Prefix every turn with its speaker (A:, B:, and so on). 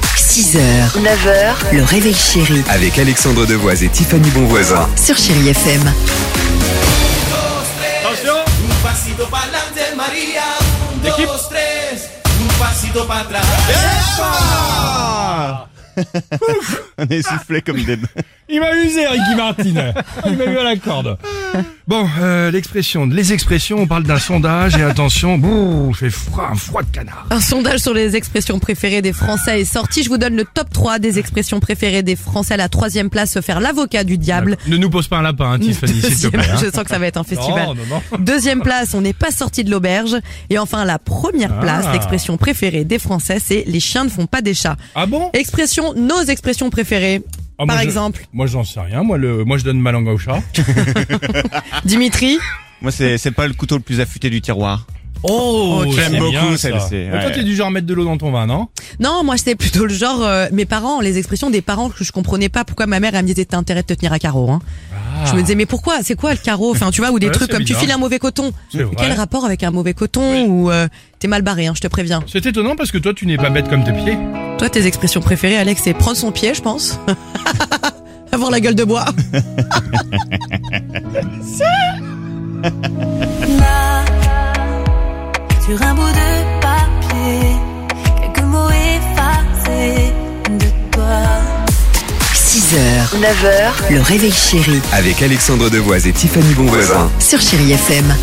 A: 6h, 9h, le réveil chéri
B: Avec Alexandre Devoise et Tiffany Bonvoisin.
A: sur Chéri FM.
C: Attention.
D: Un pasito para adelante, María. Un,
C: Equipo.
D: dos, tres. Un pasito para atrás.
E: On est soufflé comme des.
C: Il m'a usé, Ricky Martin. Il m'a eu à la corde.
F: Bon, euh, l'expression, les expressions, on parle d'un sondage et attention, bouh, fait froid, un froid de canard.
G: Un sondage sur les expressions préférées des Français est sorti. Je vous donne le top 3 des expressions préférées des Français. La troisième place, se faire l'avocat du diable.
C: Ne nous pose pas un lapin, hein, Tiffany, s'il te
G: Deuxième-
C: plaît. hein. Oh,
G: Je sens que ça va être un festival.
C: Non, non, non.
G: Deuxième place, on n'est pas sorti de l'auberge. Et enfin, la première place,
C: Ah.
G: l'expression préférée des Français, c'est les chiens ne font pas des chats.
C: Ah bon
G: Expression, nos expressions préférées.
C: Ah, moi,
G: Par
C: je-
G: exemple,
C: Moi, j'en sais rien. Moi, le, moi, je donne ma langue au chat.
G: Dimitri.
E: Moi, c'est c'est pas le couteau le plus affûté du tiroir.
C: Oh,
E: j'aime
C: c'est
E: beaucoup
C: bien, ça.
E: celle-ci,
C: Mais Toi,
E: ouais.
C: t'es du genre à mettre de l'eau dans ton vin, non
G: Non, moi, c'était plutôt le genre, euh, mes parents, les expressions des parents que je comprenais pas pourquoi ma mère, elle me disait, t'as intérêt de te tenir à carreau, hein. Je me disais, mais pourquoi? C'est quoi le carreau? Enfin, tu vois, ou des
C: Ah. Ouais,
G: trucs
C: c'est
G: comme
C: bizarre.
G: tu files un mauvais coton.
C: C'est vrai.
G: Quel rapport avec un mauvais coton ou euh, t'es mal barré, hein, je te préviens.
C: C'est étonnant parce que toi, tu n'es pas bête comme tes pieds.
G: Toi, tes expressions préférées, Alex, c'est prendre son pied, je pense. Avoir la gueule de bois.
H: sur un bout de papier, quelques mots effacés de toi.
A: 6h, 9h, le réveil chéri
B: Avec Alexandre Devoise et Tiffany Bonvoisin.
A: sur Chéri FM.